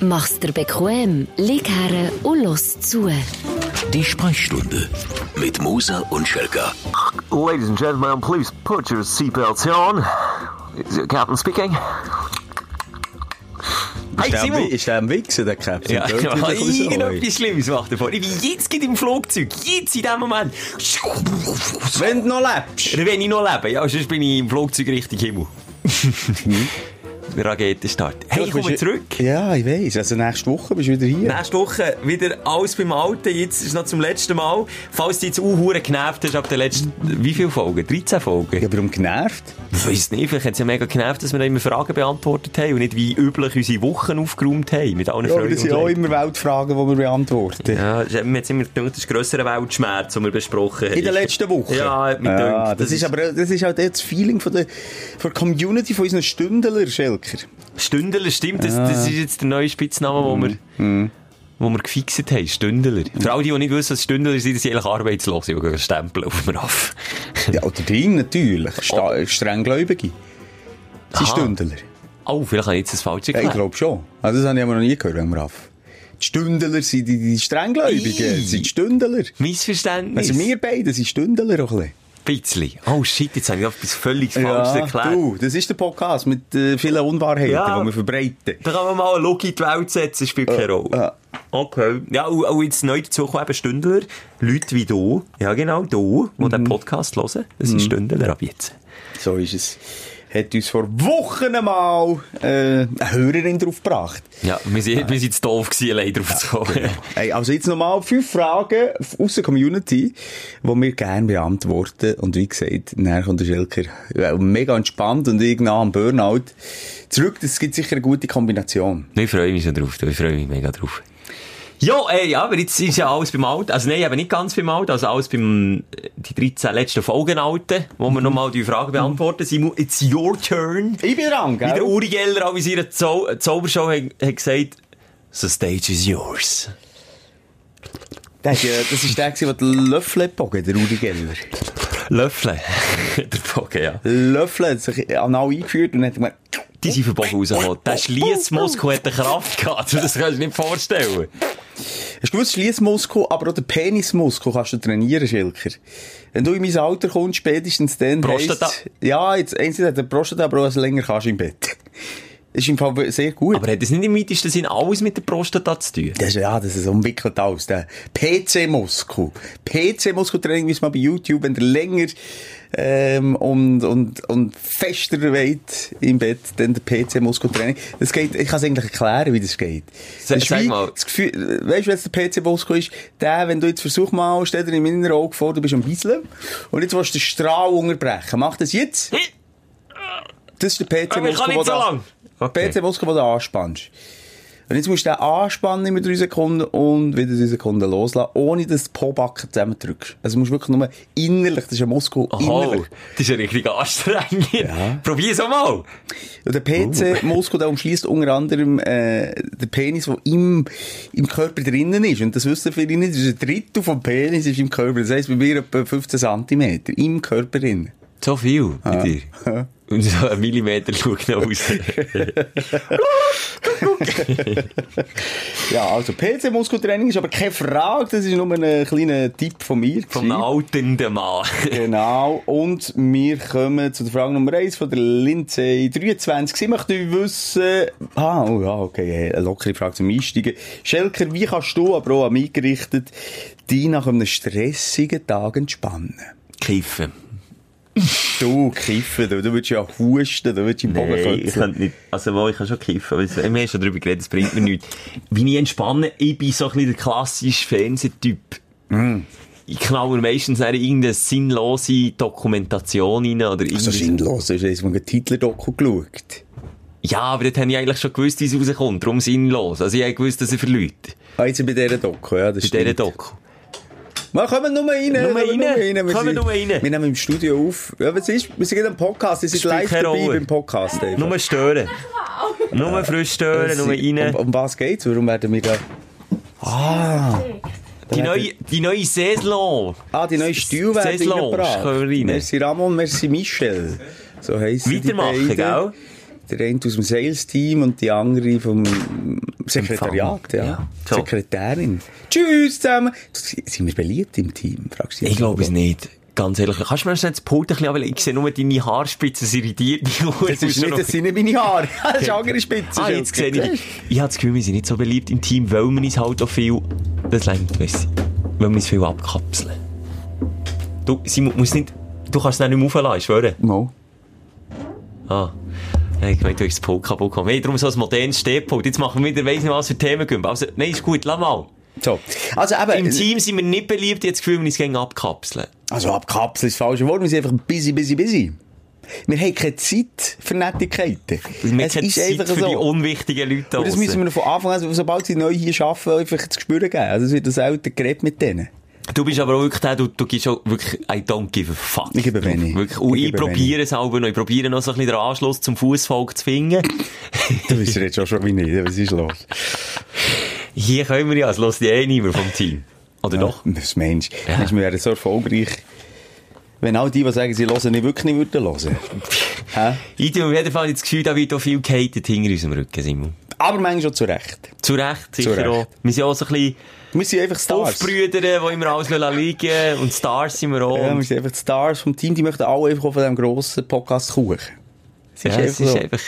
Mach's dir bequem, lieg her und los zu. Die Sprechstunde mit Musa und Schelka. Ladies and gentlemen, please put your seatbelts on. Is it Captain speaking? Hey Ist der am Simon! Wi- Ist der am Wichsen, der Captain? Ja, Dort ja, wieder ein bisschen so. irgendetwas Schlimmes macht er vor. Ich bin jetzt gerade im Flugzeug. Jetzt in dem Moment. Wenn du noch lebst. Wenn ich noch lebe. Ja, sonst bin ich im Flugzeug Richtung Himmel. Raketenstart. Hey, ich Du komme bist- zurück. Ja, ich weiß. Also nächste Woche bist du wieder hier. Nächste Woche wieder eh, alles beim Alten. Jetzt ist es noch zum letzten Mal. Falls du jetzt auch hure genervt hast ab den letzten, wie viele Folgen? 13 Folgen? Ja, warum genervt? Ich weiß nicht, vielleicht hat es ja mega genervt, dass wir da immer Fragen beantwortet haben und nicht wie üblich unsere Wochen aufgeräumt haben mit allen Ja, aber Freunden. das sind und auch Leiden. immer Weltfragen, die wir beantworten. Ja, es hat mir jetzt immer gedacht, das ist grösserer Weltschmerz, den wir besprochen haben. In der letzten Woche. Ja, hat mich ja, gedacht. das, ist aber das ist halt jetzt das Feeling von der, von der Community, von unseren Stündler, Schelker. Stündeler, stimmt, das, das ist jetzt der neue Spitzname, den Mhm. wir, wo wir gefixt haben. Stündeler. Für all die, die nicht wissen, was Stündeler sind, sind eigentlich arbeitslos. Ich gehe stempeln auf dem Raff. Ja, oder Ding natürlich. Sta Strenggläubige. Sie sind Oh. Aha. Stündler. Oh, vielleicht habe ich jetzt das falsche Ja, ich erklärt. glaube schon. Also das habe ich aber noch nie gehört, wenn wir auf. Die Stündler sind die, die Strenggläubigen, Ei. sind die Stündler. Missverständnis. Also wir beide sind Stündler auch ein bisschen. Bitzli. Oh shit, jetzt habe ich etwas völlig Ja, Falsches erklärt. du, das ist der Podcast mit äh, vielen Unwahrheiten, Ja. die wir verbreiten. Da kann man mal einen Look in die Welt setzen, spielt keine Rolle. ja. Okay. Ja, und, und jetzt neu dazu kommen eben Stündler. Leute wie du. Ja, genau, du, die Mhm. den Podcast hören. Das sind Stündler ab jetzt. So ist es. Hat uns vor Wochen mal äh, eine Hörerin drauf gebracht. Ja, wir sind, wir sind zu doof gewesen, leider aufzukommen. Hey, also jetzt nochmal fünf Fragen aus der Community, die wir gerne beantworten. Und wie gesagt, nachher kommt der Schelker äh, mega entspannt und irgendwann am Burnout zurück. Das gibt sicher eine gute Kombination. Ich freue mich schon drauf, du. ich freue mich mega drauf. Ja, ey, aber jetzt ist ja alles beim Alten. Also nein, eben nicht ganz beim Alten, also alles beim, äh, die 13 letzten Folgen Alten, wo wir nochmal die Frage beantworten. Simon, it's your turn. Ich bin dran, Wie der gell? Uri Geller auch in seiner Zau äh, Zaubershow hat, hat gesagt, the stage is yours. Das, ist, äh, das ist der, gewesen, der den Löffel hat gebogen, der Rudi Geller. Löffeln. der Bogen, ja. Löffel hat sich anal eingeführt und hat gemeint, Die sind vom Bogen rausgekommen. Der Schliessmuskel hat eine Kraft gehabt. Das kannst du dir nicht vorstellen. Hast du gewusst, Schließmuskel, aber auch den Penismuskel kannst du trainieren, Schilker. Wenn du in mein Alter kommst, spätestens dann Prostata. heisst's- ja, jetzt, entweder der Prostata, aber auch was länger kannst du im Bett. Ist im Fall sehr gut. Aber hat das nicht im weitesten Sinn alles mit der Prostata zu tun? das ist, ja, das ist umwickelt alles. Der PC-Muskel. PC-Muskeltraining, wie es mal bei YouTube, wenn der länger, ähm, und, und, und fester weht im Bett, dann der PC-Muskeltraining. Das geht, ich kann es eigentlich erklären, wie das geht. Sa- Das ist sag wie mal. Das Gefühl, weißt du, wenn es der PC-Muskel ist, der, wenn du jetzt versuch mal, stell dir in meinen Augen vor, du bist am Beiseln, und jetzt willst du den Strahl unterbrechen. Mach das jetzt. Das ist der Aber ich kann PC-Muskel, nicht so der- lang. Okay. PC-Muskel, den du anspannst. Und jetzt musst du den anspannen mit 3 Sekunden und wieder 3 Sekunden loslassen, ohne dass du die Po-Backe zusammendrückst. Also du musst wirklich nur innerlich, das ist ein Muskel, Oh, innerlich. das ist eine richtige Anstrengung. Probier's auch mal. Und der PC-Muskel, der umschließt unter anderem äh, den Penis, der im, im Körper drinnen ist. Und das wissen viele nicht, das ist ein Drittel vom Penis ist im Körper. Das heisst bei mir etwa 15 cm im Körper drin. So viel bei dir. Und so ein Millimeter schaut noch aus. Ja, also PC-Muskeltraining ist aber keine Frage, das ist nur ein kleiner Tipp von mir. Vom gewesen. altenden Mann. Genau, und wir kommen zu der Frage Nummer 1 von der Lindsay 23. Sie möchte wissen, ah, oh ja, okay, eine lockere Frage zum Einsteigen. Schelker, wie kannst du, aber auch an mich gerichtet, dich nach einem stressigen Tag entspannen? Kiffen. Du, kiffen, du, du würdest ja husten, du würdest im Bogen kötzeln. könnte nicht. Also, wo, ich kann schon kiffen. Aber es- wir haben schon darüber geredet, das bringt mir nichts. Wie ich entspanne, ich bin so ein bisschen der klassische Fernsehtyp. Mm. Ich knall mir meistens dann irgendeine sinnlose Dokumentation rein oder So irgendwas. sinnlos, du hast jetzt mal einen Titler-Doku geschaut. ja, aber dort habe ich eigentlich schon gewusst, wie es rauskommt. Darum sinnlos. Also, ich habe gewusst, dass ich verliert. Ah, jetzt bei dieser Doku, ja, das Bei dieser stimmt. Doku. Wir kommen nur rein. Nur kommen Wir, rein. Kommen sind, nur rein. wir nehmen im Studio auf. Ja, was ist? Wir sind gerade am Podcast. Sie sind Spielt live keine dabei Rolle. beim Podcast. Dave. Nur stören. Nur frisch stören, nur rein. Um, um was geht's? Warum werden wir da... Die neue, die neue Saison. Ah, die neue Stühlwelt Saison, können wir rein. Merci Ramon, merci Michel. So heissen die Weitermachen, beiden. gell? Der eine aus dem Sales-Team und die andere vom Sekretariat, ja. Ja, so. Sekretärin. Tschüss zusammen. Sind wir beliebt im Team? Fragst du dich Ich glaube es nicht. Ganz ehrlich, kannst du mir schnell das Pult ein bisschen an, weil ich sehe nur deine Haarspitze, es irritiert mich. Das ist nicht, das sind nicht meine Haare. Das ist eine andere Spitze. Ah, jetzt sehe ich. Ich habe das Gefühl, wir sind nicht so beliebt im Team, weil wir uns halt auch viel... Das längt Messi. Weil wir uns viel abkapseln. Du, Simon, muss nicht... Du kannst es nicht mehr auflassen, ich schwöre. Mal. Ah. Ja, Ich meinte, du hast das Pult kaputt gemacht. Hey, darum so ein modernes Stehpult. Jetzt machen wir wieder, weiss nicht was für Themen gehen. Also, nein, ist gut, lass mal. So. Also eben, Im Team sind wir nicht beliebt, jetzt Gefühl, wir uns gegen abkapseln. also abkapseln ist das falsche Wort. Wir sind einfach busy, busy, busy. Wir haben keine Zeit für Nettigkeiten. Wir haben Zeit für die unwichtigen Leute da Und das draussen. müssen wir von Anfang an, also sobald sie neu hier arbeiten, einfach zu spüren geben. Also es wird das selten geredet mit denen. Du bist aber auch wirklich der, du, du gibst auch wirklich, I don't give a fuck. Ich gebe wenig. Wirklich, und Ich ich, gebe probiere es auch noch. Ich probiere noch so ein bisschen den Anschluss zum Fußvolk zu finden. Du bist jetzt schon schon wie nicht. Was ist los? Hier können wir ja, es lässt ja eh niemand vom Team. Oder doch? Das Mensch. Ja. Mensch, wir wären so erfolgreich, wenn all die, die sagen, sie hören nicht wirklich nicht würden hören. Hä? Ich habe auf jeden Fall das Gefühl, da wird auch viel gehatet hinter unserem Rücken, Simon. Aber manchmal schon zu Recht. Zu Recht, sicher Zu Recht. auch. Wir sind auch so ein bisschen Wir sind einfach Stars. Aufbrüder, die immer alles liegen lassen. Und Stars sind wir auch. Ja, wir sind einfach die Stars vom Team, die möchten alle einfach von diesem grossen Podcast kuchen. ist Ja, es einfach ist so. einfach,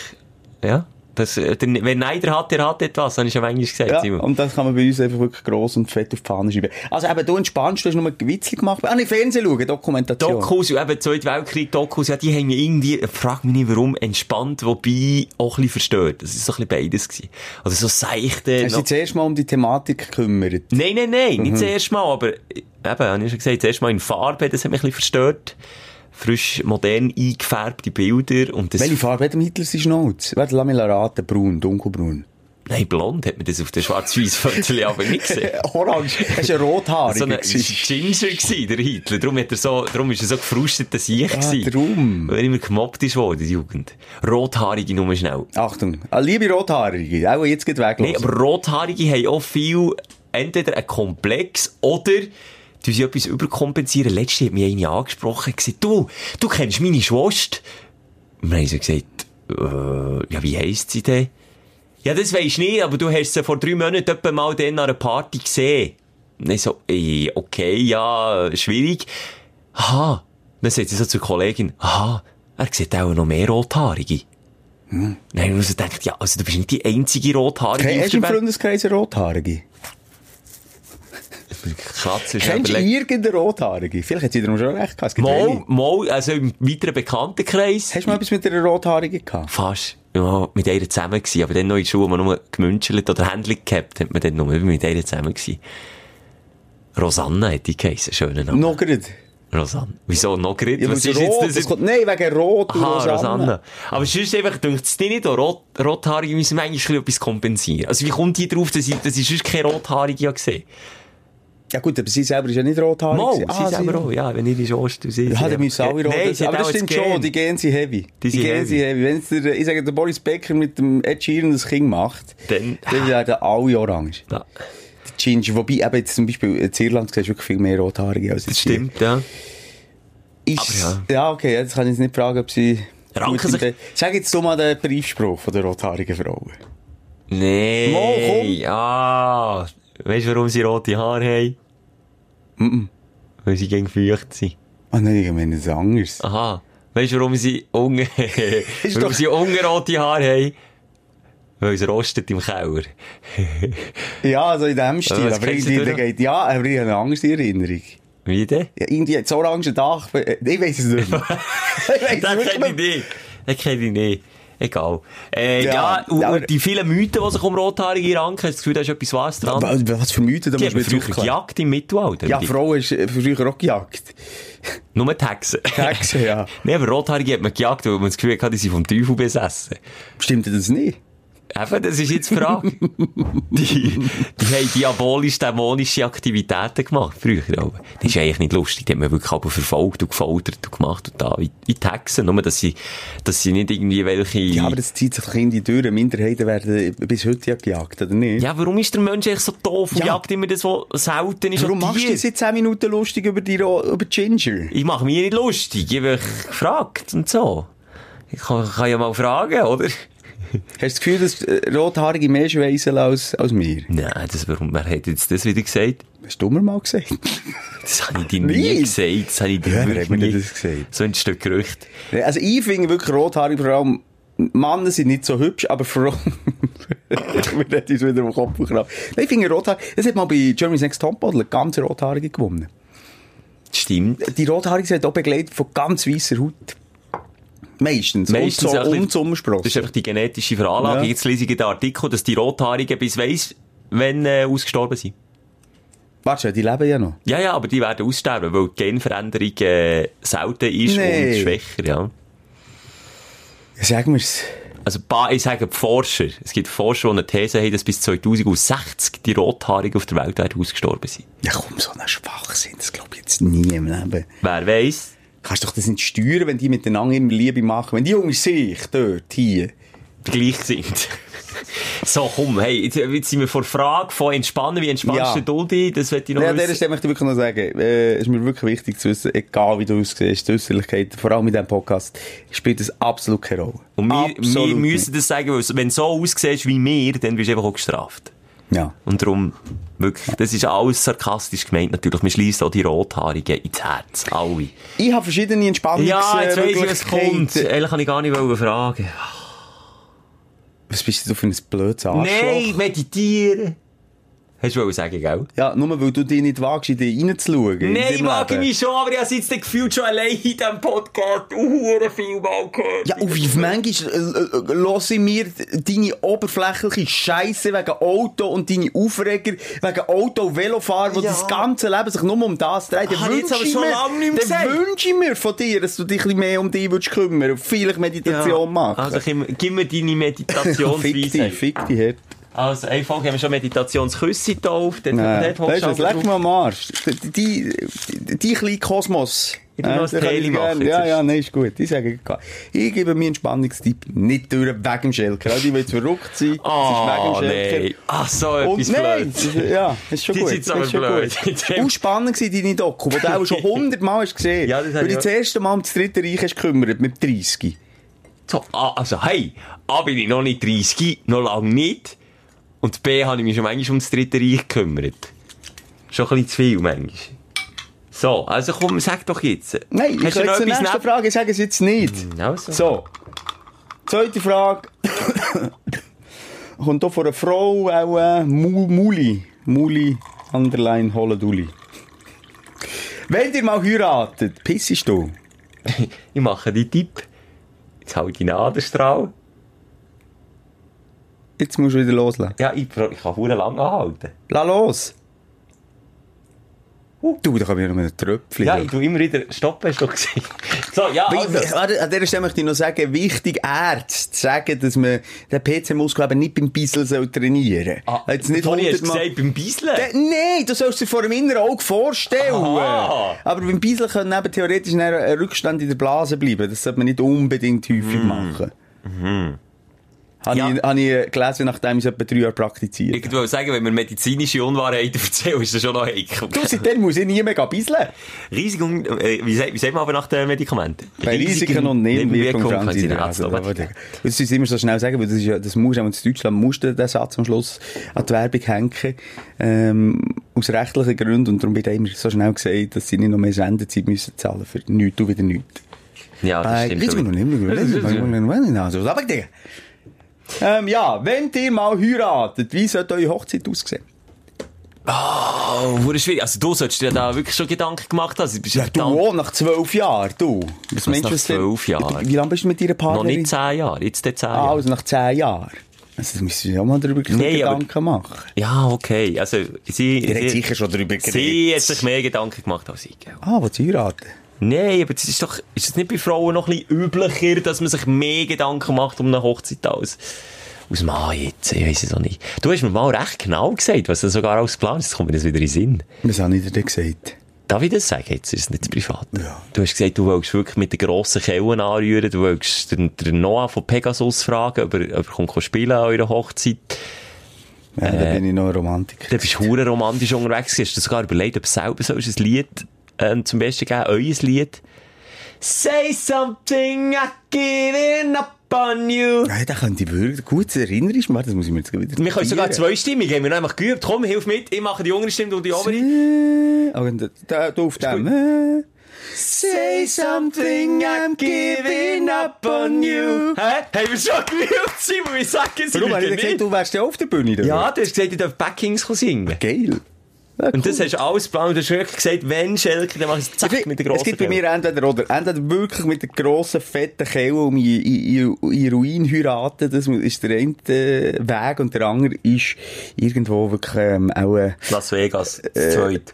ja. Das, äh, der, wer Neider hat, der hat etwas, habe ich schon manchmal gesagt, Ja, Simon. und das kann man bei uns einfach wirklich gross und fett auf die Fahne schreiben. Also eben, du entspannst, du hast nur ein Witzel gemacht. Ah, nicht Fernsehen schauen, Dokumentation. Dokus, eben Zweiten Weltkrieg, Dokus, ja, die haben mich irgendwie, äh, frag mich nicht warum, entspannt, wobei auch ein bisschen verstört. Das ist so ein bisschen beides gewesen. Also so seichte... Hast du Mhm. noch- dich zuerst mal um die Thematik gekümmert? Nein, nein, nein, nicht das erste Mal, aber äh, eben, habe ich schon gesagt, das erste Mal in Farbe, das hat mich ein bisschen verstört. Frisch, modern eingefärbte Bilder und das... Welche Farbe hat dem Hitler seine Schnauze? Warte, lass mich raten. Braun, dunkelbraun. Nein, blond hat man das auf der schwarz-weiß Fotos aber nicht gesehen. Orange. Hast du ein so rothaariger ein gewesen? Ginger gsi, der Hitler. Darum hat er so, darum ist er so gefrustet, dass ich ah, drum. Weil er immer gemobbt ist worden, die Jugend. Rothaarige nur schnell. Achtung. Ah, liebe Rothaarige, auch jetzt geht weg. Nee, aber Rothaarige haben auch viel, entweder ein Komplex oder du sie etwas überkompensieren. Letztens hat mich eine angesprochen und gesagt, du, du kennst meine Schwester. Und dann haben sie gesagt, äh, ja, wie heisst sie denn? Ja, das weisst du nicht, aber du hast sie vor drei Monaten etwa mal dann an einer Party gesehen. Und ich so, ey, okay, ja, äh, schwierig. Aha. Dann sagt sie so zur Kollegin, aha, er sieht auch noch mehr Rothaarige. Nein, ich so gedacht, ja, also du bist nicht die einzige Rothaarige Hast du im der Welt. Freundeskreis eine Rothaarige? Kratzer ist Kennst du überlegt. irgendeine Rothaarige? Vielleicht hat sie darum schon recht gehabt. Es gibt Mal, wenige. mal, also im weiteren Bekanntenkreis. Hast du mal etwas mit einer Rothaarigen gehabt? Fast. Ja, mit einer zusammen gewesen, aber dann noch in der Schule, wo man nur gemünschelt oder Händchen gehabt, hat man dann nur mit einer zusammen gewesen. Rosanna hat die geheissen, schönen Name. Noch gerade. Rosanna. Wieso noch gerade? Ja, Was weil ist sie rot, jetzt das das? kommt, nein, wegen Rot und Aha, Rosanna. Rosanna. Aber sonst einfach, dünkt es dir nicht, auch rot, Rothaarige müssen manchmal ein bisschen etwas kompensieren. Also wie kommt die drauf, dass ich, dass ich sonst keine Rothaarige ja gesehen Ja gut, aber sie selber ist ja nicht rothaarig. Mal, gewesen. sie selber auch, ja, wenn ihre Schwester sie Ah, Ja, die müssen alle rot Nein, sein. sie Aber hat das auch ein stimmt schon, Gen. die gehen sie heavy. Die, sind gehen heavy. sie heavy. Wenn's der, ich sage, der Boris Becker mit dem Ed Sheeran das Kind macht, Dann- dann werden alle orange. Ja, Die Ginger, wobei eben jetzt zum Beispiel in Irland siehst du wirklich viel mehr Rothaarige als das stimmt, ja. Ist, Aber ja. ja, okay, jetzt kann ich jetzt nicht fragen, ob sie... Ranken gut in sich- der- Sag jetzt doch mal den Briefspruch von der rothaarigen Frau. Nee. Ah, Mal, komm. Ja. Weißt du, warum sie rote Haare haben? Mhm. Weil sie gegen feucht sind. Ah nein, ich meine es anders. Aha. Weißt du, warum sie unge, warum doch- sie ungerote Haare haben? Weil es rostet im Keller. Ja, also in dem Stil. das aber kriegst du irgendwie, durch. geht, ja, aber ich habe eine andere Erinnerung. Wie denn? Ja, irgendwie hat so orange Dach. äh, Ich weiß es nicht mehr. ich weiß Das es kenne wirklich ich nicht nicht. Das kenne ich nicht. Egal. Äh, ja, Ja, und, aber- und die vielen Mythen, die sich um Rothaarige ranken, hast du das Gefühl, da ist etwas Wahres dran? mehr. Was für Mythen, da die musst du haben mir früher zurückklären. gejagt im Mittelalter. Ja, Die- Frau ist äh, früher auch gejagt. Nur die Hexen. Hexen, ja. Nein, aber Rothaarige hat man gejagt, weil man das Gefühl hatte, die sind vom Teufel besessen. Stimmt dus das nicht? Eben, das ist jetzt die Frage. die, die haben diabolisch-dämonische Aktivitäten gemacht, früher. Aber das ist eigentlich nicht lustig. Die hat man wirklich aber verfolgt und gefoltert und gemacht und da in, in die Hexen. Nur, dass sie, dass sie nicht irgendwie welche... Ja, aber das zieht sich doch in die Türen. Minderheiten werden eh, bis heute ja gejagt, oder nicht? Ja, warum ist der Mensch eigentlich so doof und Ja. jagt immer das, was selten ist? Warum an machst du Tieren? jetzt in 10 Minuten lustig über, die, Ro- über Ginger? Ich mache mich nicht lustig. Ich habe gefragt und so. Ich kann, kann ja mal fragen, oder? Hast du das Gefühl, dass äh, Rothaarige mehr schweissen als, als wir? Nein, das, warum, wer hat jetzt das wieder gesagt? Hast du mir mal gesagt? Das habe ich dir nie Nein. gesagt. Das habe ich dir Ja, wer wirklich hat mir nie das gesagt? So ein Stück Gerücht. Also ich finde wirklich Rothaarige vor allem, Männer sind nicht so hübsch, aber Frauen... Mir hat uns wieder am Kopf gekrabt. Nein, ich finde Rothaarige... Das hat mal bei Germany's Next Topmodel eine ganz Rothaarige gewonnen. Stimmt. Die Rothaarige sind auch begleitet von ganz weißer Haut. Meistens. und Meistens ein so, bisschen- und Sommersprossen. Das ist einfach die genetische Veranlagung. also. Ja. Jetzt lese ich in den Artikel, dass die Rothaarigen bis weiss, wenn äh, ausgestorben sind. Warte, die leben ja noch. Ja, ja, aber die werden aussterben, weil die Genveränderung äh, selten ist Nee. und schwächer, ja. Sag mir's. Also, ba- ich sage die Forscher. Es gibt Forscher, die eine These haben, dass bis 2060 die Rothaarigen auf der Welt werden ausgestorben sind. Ja komm, so ein Schwachsinn, das glaube ich jetzt nie im Leben. Wer weiss? Kannst doch das nicht steuern, wenn die miteinander immer Liebe machen. Wenn die unter sich dort, hier. gleich sind. so, komm, hey, jetzt, jetzt sind wir vor der Frage von entspannen, wie entspannst Ja. du dich? Das wird ich noch Nein, an wissen. dieser Stelle möchte ich wirklich noch sagen, äh, ist mir wirklich wichtig zu wissen, egal wie du aussiehst, die Äußerlichkeit, vor allem in diesem Podcast, spielt das absolut keine Rolle. Und wir, wir Absolut müssen das sagen, weil wenn du so aussiehst wie wir, dann wirst du einfach auch gestraft. nicht. Ja. Und darum, wirklich, das ist alles sarkastisch gemeint natürlich. Man schließt auch die Rothaarigen ins Herz, alle. Ich habe verschiedene Entspannungs... äh, Ja, jetzt weiss ich, was Möglichkeiten. kommt. Ehrlich kann ich gar nicht wollen fragen. Was bist du für ein blödes Arschloch? Nein, meditieren. Hast du wollen sagen, gell? Ja, nur weil du dich nicht wagst, in dich reinzuschauen. in Nein, dein mag ich Leben. mich schon, aber ich habe jetzt das Gefühl schon allein in diesem Podcast. Uh, viel mal gehört. Ja, und wie manchmal äh, äh, höre ich mir deine oberflächliche Scheiße wegen Auto und deine Aufreger wegen Auto und Velofahren, wo Ja. das ganze Leben sich nur um das dreht. Dann Habe ich wünsche jetzt aber mir- schon lange nicht mehr Dann gesagt. wünsche ich mir von dir, dass du dich ein bisschen mehr um dich würdest kümmern und vielleicht Ah, Meditation machen. Also, gib, gib mir deine fick dich, Meditationsweise. fick dich, Herd. also, eine Folge haben wir schon Meditationsküsse drauf. Dort, Nein. dort Weißt du, was, hockst du leck drauf. mal am Arsch. Die, die, die, die kleine Kosmos. Ich will noch da ein kann ich Tele gerne- machen jetzt. Ja, ja, nein, ist gut. Ich sage, klar. ich gebe mir einen Spannungstipp nicht durch wegen dem Schelker. Auch die, die jetzt verrückt sind, Oh, es ist wegen dem nein. Schelker. Ach, so Und etwas nein, Blödes. das- ja, das ist schon Die gut. sind jetzt das ist aber schon blöd. gut. Und spannend war deine Doku, die du auch schon hundertmal hast gesehen. Ja, das habe Weil ich du das erste Mal um das dritte Reich hast gekümmert, mit 30. So, A, also, hey, A bin ich noch nicht 30, noch lange nicht. Und B habe ich mich schon manchmal um das dritte Reich gekümmert. Schon ein bisschen zu viel manchmal. So, also komm, sag doch jetzt. Nein, ich Hast du kann noch jetzt zur etwas nächsten neben- Frage, ich sage es jetzt nicht. Also. So. Zweite Frage. Kommt hier von einer Frau auch äh, Mu- Muli. Muli, underline, Holleduli. Wenn ihr mal heiratet, pissest du. Ich mache die Tipp. Jetzt hau ich deinen Aderstrahl. Jetzt musst du wieder loslassen. Ja, ich, pro- ich kann verdammt lang anhalten. La los! Uh. Du, da kann mir noch einen Tröpfchen. Ja, ich tu immer wieder stoppen, hast du doch gesehen. So, ja, Wie- also. wie- warte, An dieser Stelle möchte ich noch sagen, wichtig Ärzte sagen, dass man den PC-Muskel eben nicht beim Bissel soll trainieren soll. Ah, Toni, hast du gesagt, beim Beiseln? Äh, Nein, du sollst dir vor dem inneren Auge vorstellen. Aha. Aber beim Beiseln können eben theoretisch dann ein Rückstand in der Blase bleiben. Das sollte man nicht unbedingt häufig machen. Habe Mhm. Ja. ich, habe ich äh, gelesen, nachdem ich es etwa drei Jahre praktiziert Ich wollte sagen, wenn wir medizinische Unwahrheiten erzählen, ist das schon noch heikel. Du, seitdem muss ich nie mehr gehen bisseln. Riesig und, äh, wie sagt wie sagt man aber nach den Medikamenten? Bei Risiken und Nebenwirkungen fragen Sie den Arzt. aber- Das ist immer so schnell sagen, weil das, ist, ja- das muss, auch in Deutschland musst du den Satz am Schluss an die Werbung hängen, ähm, aus rechtlichen Gründen. Und darum wird auch immer so schnell gesagt, dass sie nicht noch mehr Sendezeit müssen zahlen für nichts und wieder nichts. Äh, Ja, das Bei stimmt. Risiken und Nebenwirkungen. Das ist- das ist- Also, was hab ich denn? Ähm, ja, wenn ihr mal heiratet, wie sollte eure Hochzeit aussehen? Oh, wurde schwierig. Also du solltest dir da wirklich schon Gedanken gemacht haben. Also, Du bist Ja, du auch, Oh, nach zwölf Jahren, du. Was nach denn- 12 Jahren? Wie lange bist du mit deiner Partnerin? noch nicht zehn Jahre, jetzt der zehn Ah, Jahre. also nach 10 Jahren. Also, da müssen wir auch mal darüber Nee, aber- Gedanken machen. Ja, okay. Also sie, Ihr habt sie, sicher schon darüber geredet. sie hat sich mehr Gedanken gemacht als ich. gell? Ah, was heiraten? Nein, aber das ist doch, ist es nicht bei Frauen noch ein bisschen üblicher, dass man sich mehr Gedanken macht um eine Hochzeit als aus dem Mann jetzt? Ich weiß es auch nicht. Du hast mir mal recht genau gesagt, was du sogar alles geplant ist. Jetzt kommt mir das wieder in den Sinn. Was habe ich dir denn gesagt? Darf ich das sagen? Jetzt ist es nicht privat. Ja. Du hast gesagt, du wolltest wirklich mit den grossen Kellen anrühren. Du wolltest den, den Noah von Pegasus fragen, ob er, ob er kommt spielen an eurer Hochzeit. Ja, da bin ich noch ein Romantiker. Dann Äh. bist du hure romantisch unterwegs. gewesen. Hast du dir sogar überlegt, ob du selber sollst ein Lied ähm, zum Besten geben, euer Lied. Say something, I give in up. upon you. Nein, da könnte ich wirklich gut erinnern, ist mir, das muss ich mir jetzt wieder Wir können sogar notieren. zweistimmig, haben wir noch einfach geübt. Komm, hilf mit, ich mache die untere Stimme und die obere. Äh, Aber da, da, da auf dem. äh, Say something, I'm giving up on you. Hä? Haben wir schon geübt, Simon? Wir sagen es Warum hast du wieder gesagt, nicht. du wärst ja auf der Bühne? oder? Ja, du hast gesagt, ich darf Backings singen. Geil. Ja, Und das cool. hast du alles geplant. Und Du hast wirklich gesagt, wenn Schelker, dann mach ich es Ich zack find, mit der grossen Es gibt bei Kelle. mir entweder oder. Entweder wirklich mit der grossen, fetten Kelle um in, in, in- in Ruin heiraten. Das ist der eine Weg. Und der andere ist irgendwo wirklich ähm, auch... Äh, Las Vegas, das zweite.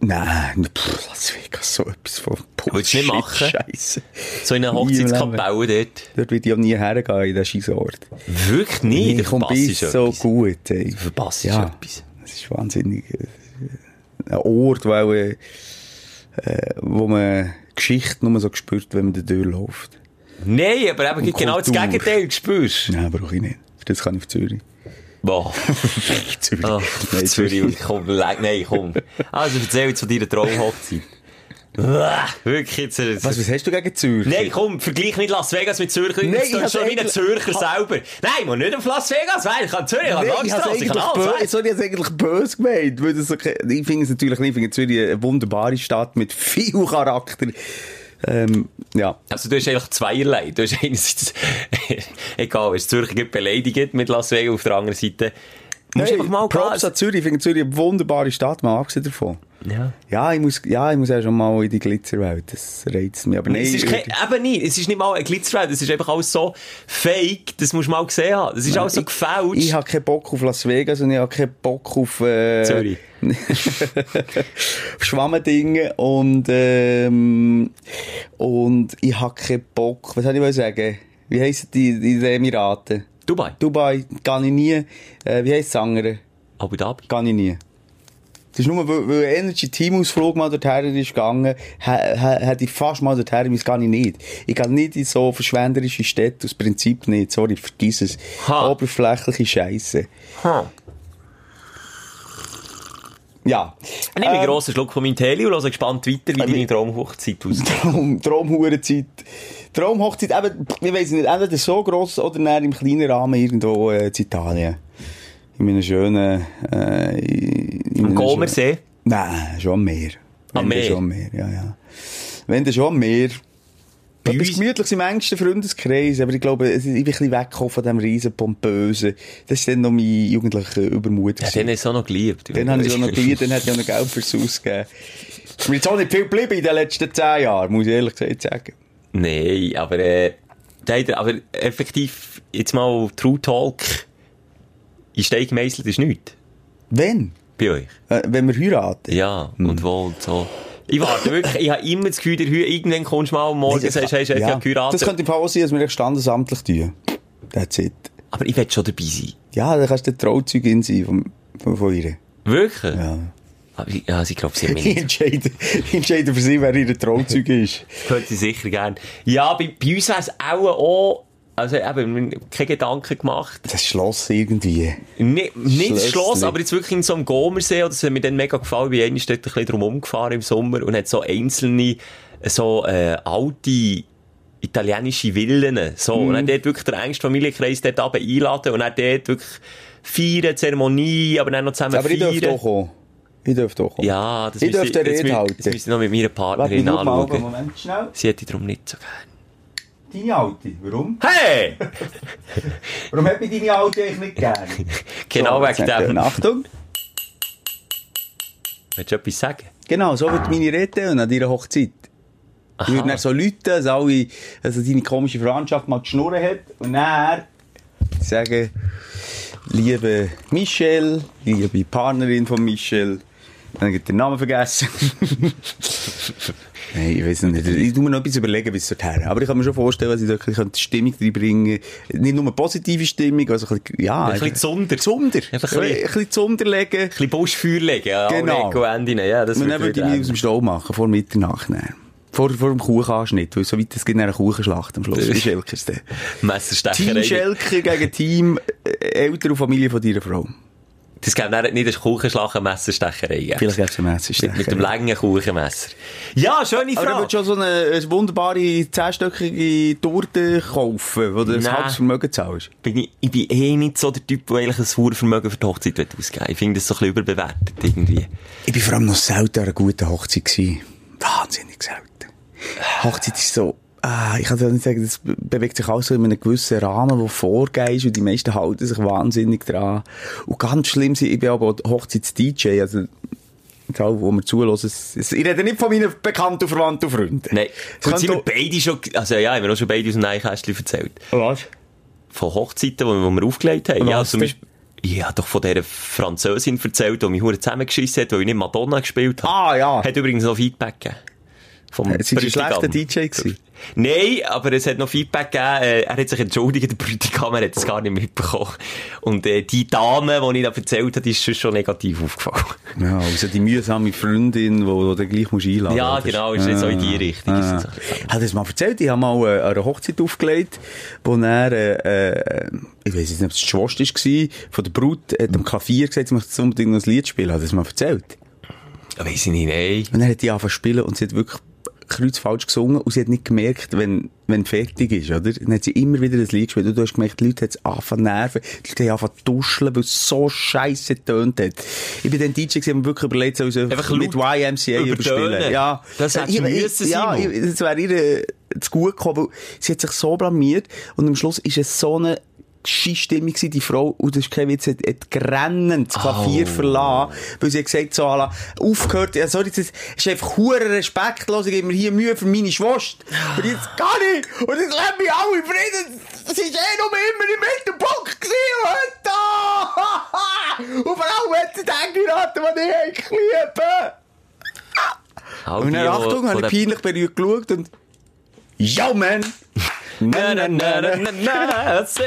nein, pff, Las Vegas, so etwas von... Willst du nicht machen? Scheisse. So in einer Hochzeitskapelle dort. Dort würde ich auch nie hergehen, in diesen Scheissort. Wirklich nicht. Nee, da komm, verpasst bist ist so etwas. gut. Ey. Da verpasst ist etwas. Das ist wahnsinnig. äh, Ein Ort, wo, äh, äh, wo man Geschichten nur so spürt, wenn man da durchläuft. Nein, aber eben genau das Kultur. Gegenteil, du spürst. Nein, brauche ich nicht. Für das kann ich auf Zürich. Boah. Zürich. Ah, Nein, Zürich, komm, leg- nein, komm. Also erzähl zu deiner Traumhochzeit. Uah, Wirklich jetzt. äh, Was, was hast du gegen Zürich? Nein, komm, vergleich nicht Las Vegas mit Zürich. Nein, das ich ist hab's schon wie ein eigentlich- Zürcher selber. Nein, man, nicht auf Las Vegas, weil ich kann Zürich, ich kann ich habe Langstrasse, ich kann alles. böse, weiss. sorry, ich hab's eigentlich böse gemeint. Weil das so, ke- ich finde es natürlich nicht. Ich finde Zürich eine wunderbare Stadt mit viel Charakter. Ähm, ja. Also du hast eigentlich zweierlei. Du hast einerseits, egal, es Zürich gibt beleidigt mit Las Vegas, auf der anderen Seite. Musst Hey, einfach mal Props an Zürich. Ich finde Zürich eine wunderbare Stadt, mal abgesehen davon. Ja. Ja, ich muss, ja, ich muss auch schon mal in die Glitzerwelt. Das reizt mich. Aber nein, es ist kein, ich- eben nicht, es ist nicht mal ein Glitzerwelt, es ist einfach alles so fake, das musst du mal gesehen haben. Es ist alles so gefälscht. ich habe keinen Bock auf Las Vegas und ich habe keinen Bock auf äh, Zürich. auf Schwammendingen und ähm, und ich habe keinen Bock. Was soll ich mal sagen? Wie heissen die, die Emiraten? Dubai, Dubai, kann ich nie. Äh, wie heisst das andere? Abu Dhabi. Kann ich nie. Das ist nur, weil, weil Energy Teamausflug mal dorthin ist gegangen, hä- hä- hätte ich fast mal dorthin, das kann ich nicht. Ich kann nicht in so verschwenderische Städte, aus Prinzip nicht, sorry, vergiss es. Ha. Oberflächliche Scheiße. Hm. Ja. Ähm, Ich nehme einen grossen Schluck von meinem Teli und höre gespannt weiter, wie deine Traumhochzeit aussieht. Traum, Traumhurenzeit. Traumhochzeit, eben, ich weiss nicht, entweder so gross oder näher im kleinen Rahmen irgendwo äh, in Italien. In einem schönen, äh, in- in Am einem Gomersee. Nein, schon am Meer. Wenn dann Am Meer? Schon am Meer, ja, ja. Wenn dann schon am Meer. Bei Etwas uns- gemütliches im engsten Freundeskreis, aber ich glaube, es ist- ich bin ein bisschen weggekommen von dem riesen Pompösen. Das ist dann noch mein jugendlicher Übermut. Ja, gewesen. den ist auch noch geliebt. Dann habe ich auch noch geliebt, dann hat ich auch noch Geld fürs Ausgeben. Ist mir jetzt auch nicht viel geblieben in den letzten zehn Jahren, muss ich ehrlich gesagt sagen. Nein, aber, äh, der- aber effektiv, jetzt mal True Talk, in Stein gemeißelt ist nichts Wenn? bei euch. Äh, wenn wir heiraten? Ja, Hm. und wo und so. Ich warte wirklich, ich habe immer das Gefühl, der Hü- irgendwann kommst du mal am morgen Nein, und Also, sagst, hey, Chef, ich habe Das geheiratet. könnte im Fall auch sein, dass wir echt standesamtlich tun. That's it. Aber ich will schon dabei sein. Ja, dann kannst du die Trauzeugin sein von, von, von ihr. Wirklich? Ja. Aber ich, ja, sie glaubt, sie haben mich Ich nicht. entscheide, ich entscheide für sie, wer ihre Trauzeug ist. Könnte sie sicher gerne. Ja, bei, bei uns wäre es auch, auch also eben, wir haben keine Gedanken gemacht. Das Schloss irgendwie. Nicht, nicht das Schlössli. Schloss, aber jetzt wirklich in so einem Gomersee, oder das hat mir dann mega gefallen, wie einer dort ein bisschen drum umgefahren im Sommer und hat so einzelne, so, äh, alte, italienische Villen, so. Und Mhm. dann dort wirklich der engste Familienkreis dort runter einladen und dann dort wirklich feiern, Zeremonie, aber dann noch zusammen Aber ich feiern. dürfte auch kommen. Ich dürfte auch kommen. Ja, das Ich müsste- dürfte eine jetzt Rede mü- halten. Das müsste ich noch mit meiner Warte, ich Partnerin schau mal, anschauen. Moment, schnell. Sie hätte darum nicht so gerne. Deine Alte, warum? Hey! Warum hätte ich deine Alte eigentlich nicht gern? genau So, jetzt wegen hat er- dem. Achtung. Willst du etwas sagen? Genau, so wird meine Rede und an deiner Hochzeit. Ich würde dann so Leute, dass alle, also deine komische Verwandtschaft mal die Schnurren hat und dann sagen, liebe Michelle, liebe Partnerin von Michelle, dann hat er den Namen vergessen. Nein, ich weiß nicht. Ich muss mir noch etwas überlegen bis dorthin. Aber ich kann mir schon vorstellen, dass ich da ein bisschen Stimmung reinbringen könnte. Nicht nur positive Stimmung, also ein bisschen, ja. Ein bisschen Zunder. Zunder. Ein Einfach ein bisschen- bisschen Zunder legen. Ein bisschen Buschfeuer legen, ja, Genau. genau. Ja, das Und würde dann würde wieder ich mich eng. aus dem Stall machen, vor Mitternacht. Dann. Vor, vor dem Kuchenanschnitt, weil so weit es gibt, dann eine Kuchenschlacht am Schluss. Die Schelkers dann. Team Messerstecherei. Schelker gegen Team äh, Eltern und Familie von deiner Frau. Das gäbe dann nicht als Kuchenschlag eine Messerstecherei. gell? Vielleicht gäbe es einen Messerstecher, Mit, mit dem ja. langen Kuchenmesser. Ja, schöne Aber du Frage. würdest schon so eine, eine wunderbare zehnstöckige Torte kaufen, wo du das Nein. halbes Vermögen zahlst. bin ich, ich bin eh nicht so der Typ, der eigentlich ein hohes Vermögen für die Hochzeit will ausgeben will. Ich finde das so ein bisschen überbewertet irgendwie. Ich war vor allem noch selten an einer guten Hochzeit. Gewesen. Wahnsinnig selten. Hochzeit ist so, ah, ich kann dir nicht sagen, das be- bewegt sich alles so in einem gewissen Rahmen, der vorgeht und die meisten halten sich wahnsinnig dran. Und ganz schlimm sind, ich bin aber auch Hochzeits-DJ, also, egal wo wir zulassen, es- es- ich rede nicht von meinen Bekannten, Verwandten und Freunden. Nein, Es gut, sind wir könnte beide schon, also ja, haben wir auch schon beide aus dem Neinkästchen erzählt. auch, was? Von Hochzeiten, die wir- die wir aufgelegt haben. Ja, Was zum denn? Beispiel, ich habe doch von dieser Französin erzählt, die mich verdammt zusammengeschissen hat, weil ich nicht Madonna gespielt habe. Ah, ja. Hat übrigens noch Feedback gegeben. Vom Äh, sind Sie ein Bräutigam. schlechter DJ gewesen? Nein, aber es hat noch Feedback gegeben. Äh, Er hat sich entschuldigt, der Bräutigam, er hat es gar nicht mitbekommen. Und äh, die Dame, die ich da erzählt habe, die ist schon- schon negativ aufgefallen. Ja, also die mühsame Freundin, die du dann gleich musst einladen musst. Ja, genau, ist nicht so in die Richtung, ist Ah. es so. Ich habe das mal erzählt, ich habe mal äh, an einer Hochzeit aufgelegt, wo er, äh, äh, ich weiß nicht, ob es die Schwester war, von der Brut, hat am Klavier gesagt, sie möchte jetzt unbedingt noch ein Lied spielen, hat das mal erzählt. Ja, weiss ich nicht, nein. Und dann hat die angefangen zu spielen und sie hat wirklich kreuzfalsch gesungen und sie hat nicht gemerkt, wenn, wenn fertig ist, oder? Dann hat sie immer wieder das Lied gespielt und du hast gemerkt, die Leute haben es angefangen zu nerven, die Leute haben angefangen zu tuscheln, weil es so scheisse getönt hat. Ich bin dann DJ gewesen, hab mir wirklich überlegt, soll ich es einfach Einfach mit laut YMCA übertönen. überspielen. Ja. Das Äh, hättest du ich- ich- müssen, Ja, Simon. ich- das wäre ihr äh, zu gut gekommen, weil sie hat sich so blamiert und am Schluss ist es so eine Schissstimmung gewesen, die Frau, und das ist kein Witz, hat, hat grennend das Klavier Au. verlassen, weil sie hat gesagt, so, à la, aufgehört, ja, sorry, das ist einfach hure respektlos, ich gebe mir hier Mühe für meine Schwester. Und jetzt gar nicht! Und jetzt lassen mich alle in Frieden! Das ist eh nur immer im Mittelpunkt gewesen, und heute da! Und vor allem hat sie den Engiraten, die ich eigentlich liebe! All Und die, dann, die- Achtung, die habe ich peinlich den- berührt geschaut und, ja, man! Na, Nein, na, nein, na, nein, na, nein. na, na, see.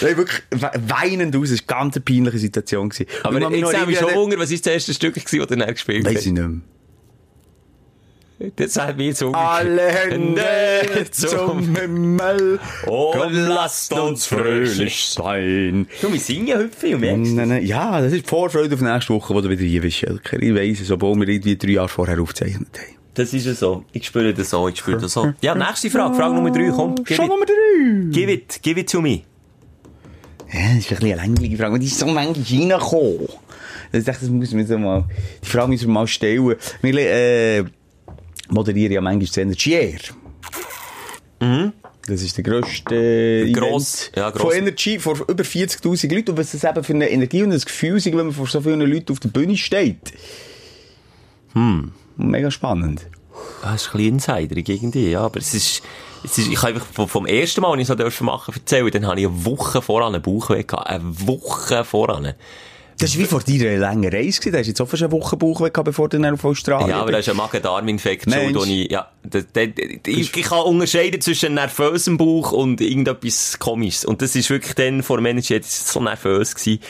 Nein, wirklich we- weinend aus. dus Es war eine ganz peinliche Situation. gewesen. Aber Und ich man ich noch sehe mich irgendwie- schon wunder, was war das erste Stück, gewesen, das er dann gespielt Weiss ich hat? nicht mehr. Das hat mich jetzt umgekehrt. Alle Hände zum Himmel. Oh, Komm, lasst uns fröhlich Mm. sein. Du, wir singen hüpfen und merkst. Nein, nein, ja, das ist die Vorfreude auf nächste Woche, wo du wieder hier bist, Schelker. Ich weiss es, obwohl wir irgendwie drei Jahre vorher aufgezeichnet haben. Das ist ja so. Ich spüre das so, ich spüre das so. Ja, nächste Frage, Frage Nummer drei, komm, gib Schon it, Nummer drei. gib it, gib it zu mir. Ja, das ist ein bisschen eine langweilige Frage, aber die ist so manchmal reingekommen. Ich dachte, das müssen wir so mal, die Frage müssen wir mal stellen. Wir äh, moderieren ja manchmal zu Energier. Das ist der grösste Gross- Event ja, gross. von Energy, vor über 40'000 Leuten. Und was das eben für eine Energie und ein Gefühl ist, wenn man vor so vielen Leuten auf der Bühne steht. Mega spannend. Das Ah, ist ein bisschen Insider gegen dich, ja, aber es ist, es ist, ich kann einfach vom, vom ersten Mal, als ich es durfte machen, erzählen, dann habe ich eine Woche voran einen Bauchweh gehabt. Eine Woche voran. Das war wie vor deiner langen Reise. gewesen. Da hast du jetzt auch fast eine Woche Bauch weg, gehabt, bevor du dann auf Australien Ah, Ja, aber bist. das ist ein Magen-Darm-Infekt Mensch. schon, wo ich, ja, das, das, ich, ich kann unterscheiden zwischen nervösem Bauch und irgendetwas Komisches. Und das ist wirklich dann vor dem Manager jetzt so nervös gewesen.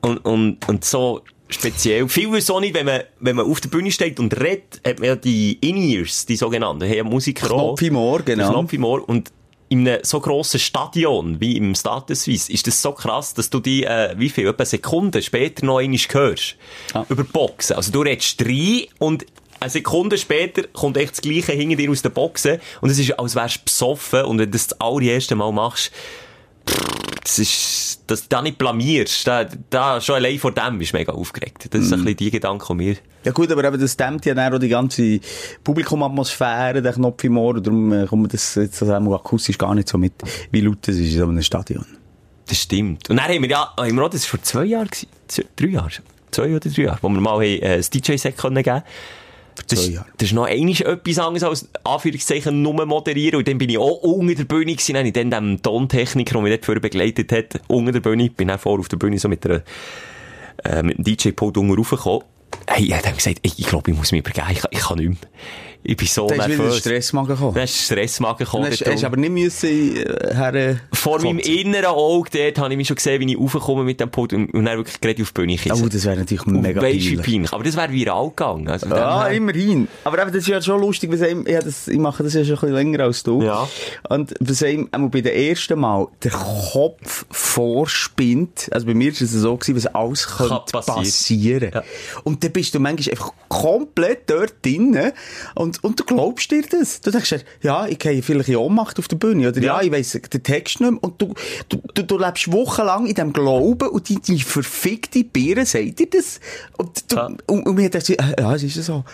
Und, und, und so speziell. Viel ist auch nicht, wenn man, wenn man auf der Bühne steht und redet, hat man ja die In-Ears, die sogenannten, haben ja Musiker auch. Knopf im Ohr, genau. Knopf im Ohr. Und in einem so grossen Stadion wie im Stade Suisse ist das so krass, dass du die, äh, wie viel, etwa Sekunden später noch einmal hörst. Ah. Über die Boxen. Also du redest rein und eine Sekunde später kommt echt das Gleiche hinter dir aus den Boxen und es ist, als wärst du besoffen und wenn du das das allererste Mal machst, pff, das ist, dass du da nicht blamierst, da, da schon allein vor dem bist du mega aufgeregt. Das Mhm. ist ein bisschen die Gedanke von mir. Ja gut, aber eben, das dämmt ja dann auch die ganze Publikumatmosphäre, der Knopf im Ohr, darum äh, kommt mir das jetzt also auch akustisch gar nicht so mit, wie laut das ist in so einem Stadion. Oh, Das stimmt. Und dann haben wir ja, oh, haben wir auch, das war vor zwei Jahren, gewesen, zwei, drei Jahren, zwei oder drei Jahre, wo wir mal haben, äh, das DJ-Set können geben das, zwei Jahren. das ist noch einmal etwas anderes als Anführungszeichen nur moderieren. Und dann bin ich auch unter der Bühne Nou, gewesen, dann habe ich dann dem Tontechniker, der mich dort vorher begleitet hat, unter der Bühne, bin auch vor auf der Bühne so mit einer eh, äh, mit dem DJ-Pult unten raufgekommen. Hey, er hat dann gesagt, ich, ich glaube, ich muss mich übergeben, ich, kann- ich kann nicht mehr. Ich bin so Da ist wieder der nervös. Stressmagen gekommen. Dann ist Stressmagen Dann gekommen. hast, dort hast aber nicht müssen äh, her... Vor meinem inneren Auge dort habe ich mich schon gesehen, wie ich raufkomme mit dem Pult und, und dann wirklich gerade auf die Bühne Oh, kissen. das wäre natürlich mega Weisst du, wie peinlich. Ah, peinlich. Aber das wäre viral gegangen. Also, von Ja, dem her- immerhin. Aber eben, das ist ja schon lustig, was einem, ja, das, ich mache das ja schon ein bisschen länger als du. Ja. Und was einem, einmal bei der ersten Mal, der Kopf vorspinnt, also bei mir war es so, gewesen, was alles könnte passieren. passieren. Ja. Und dann bist du manchmal einfach komplett dort drin und, und du glaubst dir das. Du denkst dir, ja, ich gehe vielleicht in Ohnmacht auf der Bühne, oder ja, Ja. ich weiss den Text nicht mehr. Und du, du, du, du lebst wochenlang in diesem Glauben und die, die verfickte Birne sagt dir das. Und du, Ja. und, und mir hat er gesagt, äh, ja, es ist ja so.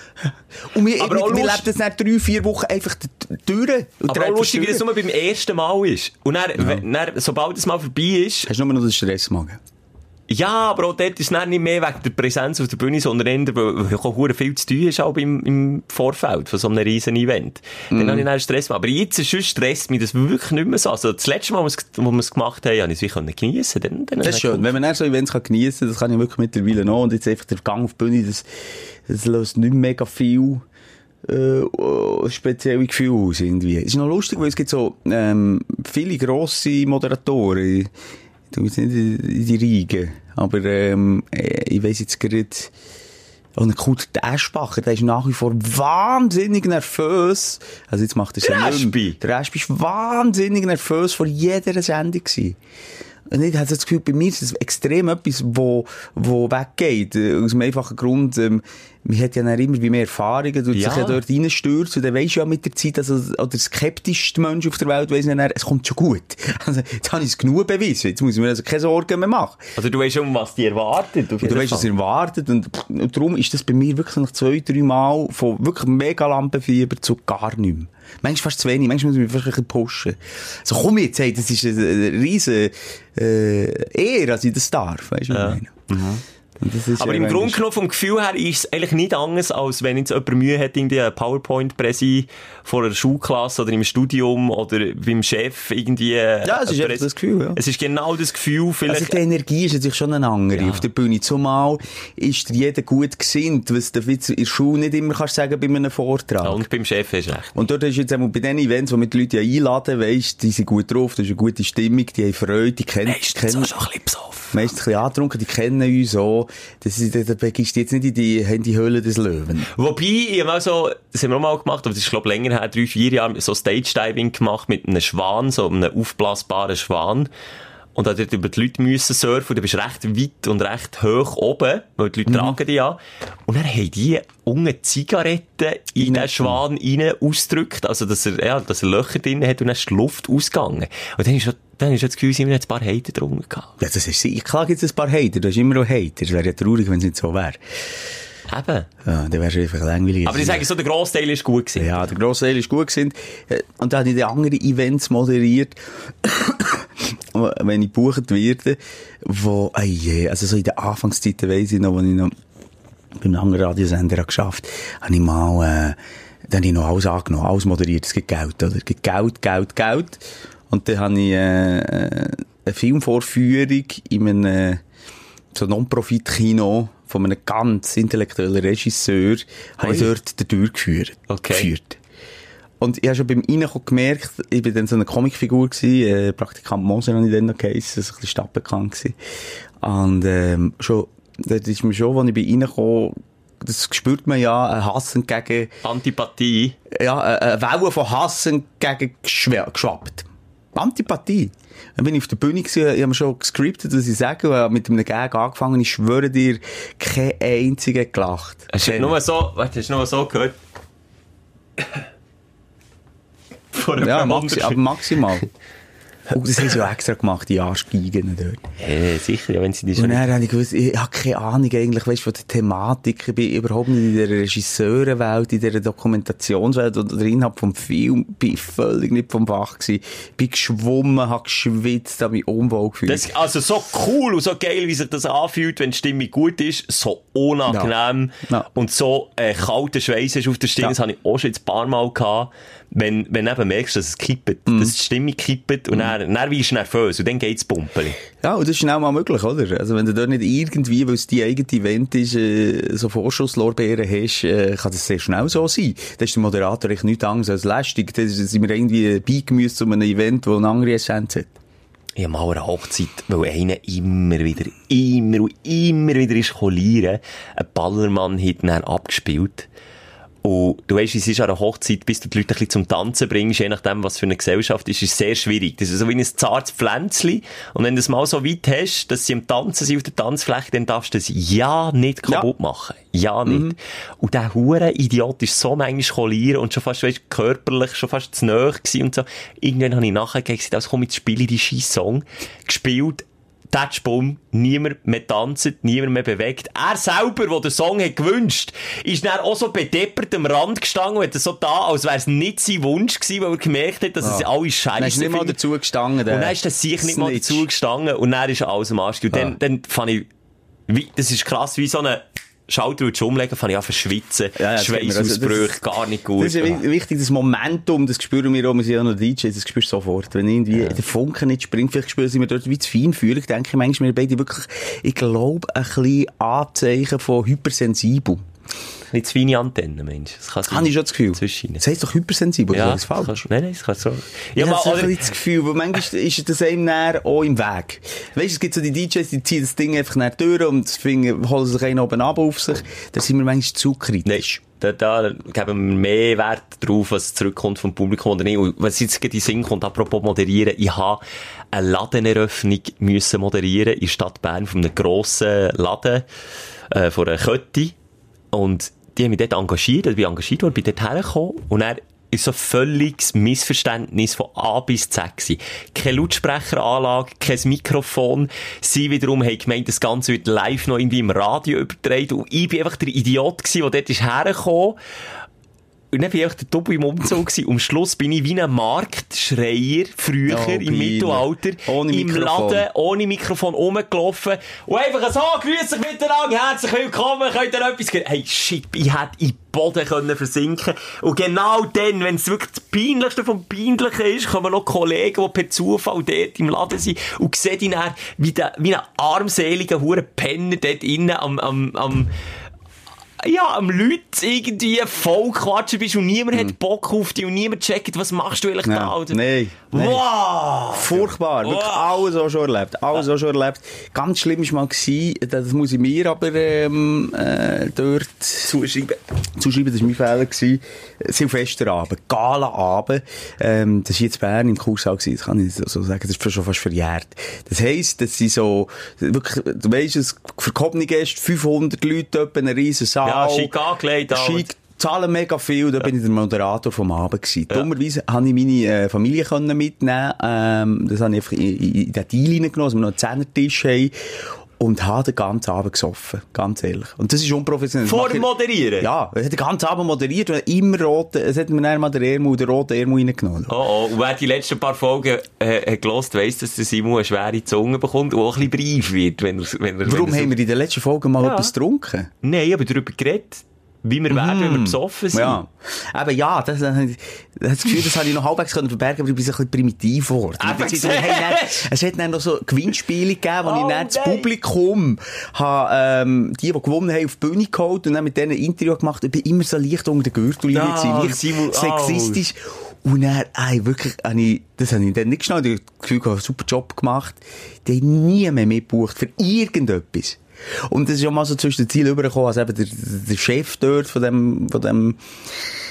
Und wir, Aber wir, auch wir lust- leben das nach drei, vier Wochen einfach d- d- durch. Und Aber drehen auch lustig, wie durch. das nur beim ersten Mal ist. Und dann, wenn- dann, sobald das mal vorbei ist, Hast du nur noch den Stressmagen? Ja, aber auch dort ist es dann nicht mehr wegen der Präsenz auf der Bühne, sondern eher, weil weil auch verdammt viel zu tun ist, auch im, im Vorfeld von so einem riesen Event. Mhm. Dann habe ich dann Stress gemacht. Aber jetzt ist schon stresst mich das wirklich nicht mehr so. Also, das letzte Mal, wo wir es- wo wir es gemacht haben, habe ich es wie können geniessen. Dann, dann Das ist schön. Wenn man dann so Events kann geniessen kann, das kann ich wirklich mittlerweile noch. Und jetzt einfach der Gang auf die Bühne, das, das löst nicht mega viel äh, äh, spezielle Gefühle aus. Irgendwie. Es ist noch lustig, weil es gibt so ähm, viele grosse Moderatoren. Ich tu jetzt nicht in in die Riege. Aber ähm, äh, ich weiss jetzt oh, gerade... Und gut, der Eschbacher, der ist nach wie vor wahnsinnig nervös. Also jetzt macht er es Der ja nicht mehr. Espi? Der Espi ist wahnsinnig nervös vor jeder Sendung gewesen. Und ich hatte das Gefühl, bei mir ist das extrem etwas, wo, wo weggeht. Äh, Aus dem einfachen Grund, ähm, man hat ja dann immer wie mehr Erfahrungen, du Ja. sich ja dort reinstürzt und dann weisst du ja mit der Zeit, also, oder der skeptischste Mensch auf der Welt weiss dann, es kommt schon gut. Also, jetzt habe ich es genug bewiesen, jetzt muss ich mir also keine Sorgen mehr machen. Also, du weißt schon, was dich erwartet. auf Ja, jeden du weißt, was Fall. ihr wartet. Und, und darum ist das bei mir wirklich nach zwei, drei Mal von wirklich mega Lampenfieber zu gar nichts mehr. Manchmal fast zu wenig, manchmal muss ich mich fast ein bisschen pushen. So, komm jetzt, hey, das ist eine, eine riesen äh, Ehre, dass ich das darf. Weißt du, was ich meine? Und das ist Mhm. Aber ja im manchmal- Grunde genommen, vom Gefühl her, ist es eigentlich nicht anders, als wenn jetzt jemand Mühe hat, irgendwie eine PowerPoint-Präsi vor einer Schulklasse oder im Studium oder beim Chef irgendwie. äh, Ja, es ist einfach das Gefühl, ja. Es ist genau das Gefühl, vielleicht. Also die Energie ist natürlich schon eine andere Ja. auf der Bühne. Zumal ist jeder gut gesinnt, was du jetzt in der Schule nicht immer kannst sagen bei einem Vortrag. Ja, und beim Chef hast du recht. Und dort ist jetzt einmal bei den Events, wo wir die Leute ja einladen, weisst, die sind gut drauf, das ist eine gute Stimmung, die haben Freude, die kennen, die kennen, schon ein bisschen besoffen. meistens ein bisschen angetrunken, die kennen uns auch. Das ist, da begibst du jetzt nicht in die, in die Höhle des Löwen. Wobei, ich habe auch so, das haben wir auch mal gemacht, aber das ist, glaube ich, länger her, drei, vier Jahre, so Stage-Diving gemacht mit einem Schwan, so einem aufblasbaren Schwan. Und habe dort über die Leute müssen surfen, und du bist recht weit und recht hoch oben, weil die Leute tragen die ja. Und dann haben die unten Zigaretten in den Schwan rein ausgedrückt, also dass er, ja, dass er Löcher drin hat und dann ist die Luft ausgegangen. Und dann ist schon, dann ist schon das Gefühl, sie haben jetzt ein paar Heiden drunter gehabt. Ja, das ist, ich klage jetzt ein paar Hater, du hast immer noch Hater. Es wäre ja traurig, wenn es nicht so wäre. Eben. Ja, dann wärst du einfach langweilig. Aber ich sage so, der Grossteil ist gut gewesen. Ja, der grosse Teil ist gut gewesen. Äh, Und dann habe ich die anderen Events moderiert, wenn ich gebucht werde, wo, ey, je, also so in den Anfangszeiten weiss ich noch, wo ich noch beim anderen Radiosender geschafft habe, habe ich mal, äh, dann habe ich noch alles angenommen, alles moderiert, es gibt Geld, oder? Es gibt Geld, Geld, Geld. Und dann habe ich, äh, äh, eine Filmvorführung in einem, äh, so Non-Profit-Kino von einem ganz intellektuellen Regisseur, habe ich Ui. dort durchgeführt. Okay. Geführt. Und ich habe schon beim Reinkommen gemerkt, ich war dann so eine Comicfigur, gewesen, äh, Praktikant Moser habe ich dann noch geheissen, so ein bisschen stadtbekannt gewesen. Und ähm, schon, das ist mir schon, als ich bin reingekommen, das spürt man ja, ein Hass entgegen, Antipathie. ja, eine- eine Welle von Hass entgegen geschwe- geschwappt. Antipathie. Dann bin ich auf der Bühne, gewesen, ich habe mir schon gescriptet, was ich sage, und habe mit einem Gag angefangen, ich schwöre dir, kein einziger hat gelacht. Hast du nur so, warte, hast du nur so gehört? Von Ja, jemand maxi aber anderem. maximal. Und das haben sie ja extra gemacht, die Arschgeigen dort. Hey, sicher, ja, wenn sie die Und schon... dann habe ich gewusst, ich habe keine Ahnung eigentlich, weißt, von der Thematik. Ich bin überhaupt nicht in der Regisseurenwelt, in der Dokumentationswelt oder der Inhalt vom Film. Bin völlig nicht vom Fach gewesen. Bin geschwommen, habe geschwitzt, habe mich unwohl gefühlt. Das, also so cool und so geil, wie sich das anfühlt, wenn die Stimme gut ist, so unangenehm Ja. Ja. und so äh, kalter Schweiß ist auf der Stirn, Ja. das habe ich auch schon jetzt ein paar Mal gehabt. wenn, wenn du eben merkst, dass es kippt, Mhm. dass die Stimmung kippt und dann, dann wirst du nervös und dann geht's Pumpeli. Ja, und das ist schnell mal möglich, oder? Also wenn du dort nicht irgendwie, weil es dein eigenes Event ist, äh, so Vorschusslorbeeren hast, äh, kann das sehr schnell so sein. Da ist der Moderator echt nichts anderes als lästig. Da ist- sind wir irgendwie beigemüsst zu einem Event, wo eine andere Essenz hat. Ich habe mal eine Hochzeit, weil einer immer wieder, immer und immer wieder ist cholieren. Ein Ballermann hat ihn dann abgespielt. Und du weißt, es ist an einer Hochzeit, bis du die Leute ein bisschen zum Tanzen bringst, je nachdem, was für eine Gesellschaft ist, ist es sehr schwierig. Das ist so wie ein zartes Pflänzchen. Und wenn du es mal so weit hast, dass sie am Tanzen sind auf der Tanzfläche, dann darfst du es ja nicht kaputt machen. Ja nicht. Mhm. Und der hure Idiot ist so manchmal cholieren und schon fast, weißt, körperlich, schon fast zu nahe gewesen und so. Irgendwann habe ich nachher gesagt, also komm, jetzt spiele ich die scheiß Song. Gespielt. Tatsch, bumm, niemand mehr tanzt, niemand mehr bewegt. Er selber, der den Song hat gewünscht, ist dann auch so bedeppert am Rand gestanden und hat so da, als wäre es nicht sein Wunsch gewesen, weil er gemerkt hat, dass es alle scheiße Dann ist nicht mal finden. dazu gestanden. eh. Und dann ist der sich nicht Äh, mal Snitch. Ah. dazu gestanden und dann ist alles am Arsch. Und dann, Ja. dann fand ich, wie, das ist krass, wie so eine Schalter und umlegen, fand ich einfach schwitzen, Ja, ja, das kennt man. Also, das Schweißausbrüche, ist- gar nicht Das gut. ist ja wi- wichtig, das Momentum, das spüren wir auch, wir sind ja noch DJs, das spürst du sofort. Wenn irgendwie der Funken nicht springt, vielleicht spüren sind wir dort wie zu feinfühlig, denke ich manchmal, wir beide wirklich, ich glaube, ein bisschen Anzeichen von hypersensibel. Nicht zu feine Antennen, Mensch. Das kann sein. Habe ich schon das Gefühl. Zwischen ihnen. Das heisst doch hypersensibel, Ja, oder ist das falsch? kannst- Nein, nein, das kannst du so. Ja, ich mal, habe so ein oder- bisschen das Gefühl, weil manchmal ist das einem näher auch im Weg. Weißt du, es gibt so die DJs, die ziehen das Ding einfach näher durch und das Finger holen sich einen oben ab auf sich. Da sind wir manchmal zu Nein, kritisch. da, da geben wir mehr Wert drauf, was zurückkommt vom Publikum oder nicht. Und was jetzt gerade in den Sinn kommt, apropos moderieren, ich habe eine Ladeneröffnung müssen moderieren in der Stadt Bern von einem grossen Laden, äh, von einer Kette. Und die haben mich dort engagiert, oder ich bin engagiert worden, bin dort hergekommen und er ist so ein völliges Missverständnis von A bis Z gewesen. Keine Lautsprecheranlage, kein Mikrofon. Sie wiederum haben gemeint, das Ganze wird live noch irgendwie im Radio übertragen. Und ich bin einfach der Idiot gewesen, der dort ist hergekommen. Und dann bin ich einfach der Doppel im Umzug gewesen. Am Schluss bin ich wie ein Marktschreier, früher Oh, im peinlich. Mittelalter, Ohne im Mikrofon. Laden ohne Mikrofon rumgelaufen und einfach so, grüß euch miteinander, herzlich willkommen, könnt ihr etwas... ge-» Hey, shit, ich hätte in den Boden können versinken Und genau dann, wenn es wirklich das Peinlichste vom Peinlichen ist, kommen noch Kollegen, die per Zufall dort im Laden sind und sehen ihn dann wie, der, wie einen armseligen Hurenpenner dort innen am... am, am ja, am Leute irgendwie voll quatschen bist und niemand hat Bock auf dich und niemand checkt, was machst du eigentlich Ja. da? Oder? Hm. Nein. Nein. Wow! Furchtbar, wirklich Wow. alles auch schon erlebt, alles auch schon erlebt. Ganz schlimm war mal, gewesen, das muss ich mir aber ähm, äh, dort zuschreiben, zuschreiben das war mein Fehler, gewesen. Silvesterabend, Galaabend, ähm, das war jetzt Bern im Kurssaal, gewesen, das kann ich so sagen, das ist schon fast verjährt. Das heisst, das sind so, wirklich, du weisst es, verkommene Gäste, 500 Leute, etwa einen riesen Saal. Ja, schick angelegt, alles. Schick zahlen mega viel, da bin ich der Moderator vom Abend gewesen. Dummerweise habe ich meine äh, Familie können mitnehmen ähm, das habe ich einfach in, in, in den Deal reingenommen, dass wir noch einen Zehnertisch haben und habe den ganzen Abend gesoffen, ganz ehrlich. Und das ist unprofessionell. Vor Das dem mache ich- Moderieren? Ja, er hat den ganzen Abend moderiert und hat immer rote, es hat mir dann mal den Ärmel, den roten Ärmel reingenommen. Oh oh, und wer die letzten paar Folgen äh, hat gelost, weiss, dass der Simon eine schwere Zunge bekommt und auch ein bisschen reif wird, wenn er, wenn er Warum wenn er haben wir in der letzten Folge mal etwas getrunken? Nein, aber darüber geredet, wie wir werden, wenn wir besoffen sind. Mhm. Ja. Aber ja, das, das, das Gefühl, das habe ich noch halbwegs können verbergen, aber ich bin so ein bisschen primitiv geworden. Aber Mit der Zeit, hey, dann, es hat dann noch so Gewinnspiele gegeben, wo Oh ich dann das nein. Publikum habe, ähm, die, die gewonnen haben, auf die Bühne geholt und dann mit denen ein Interview gemacht. Ich bin immer so leicht unter der Gürtellinie, Ah, gewesen, leicht Simon, au. sexistisch. Und dann, ey, wirklich, habe ich, das habe ich dann nicht geschnallt. Ich habe das Gefühl, ich habe einen super Job gemacht. Die haben nie mehr mitgebucht für irgendetwas. Und das ist ja mal so zwischen den Zielen übergekommen, als eben der, der Chef dort von dem, von dem,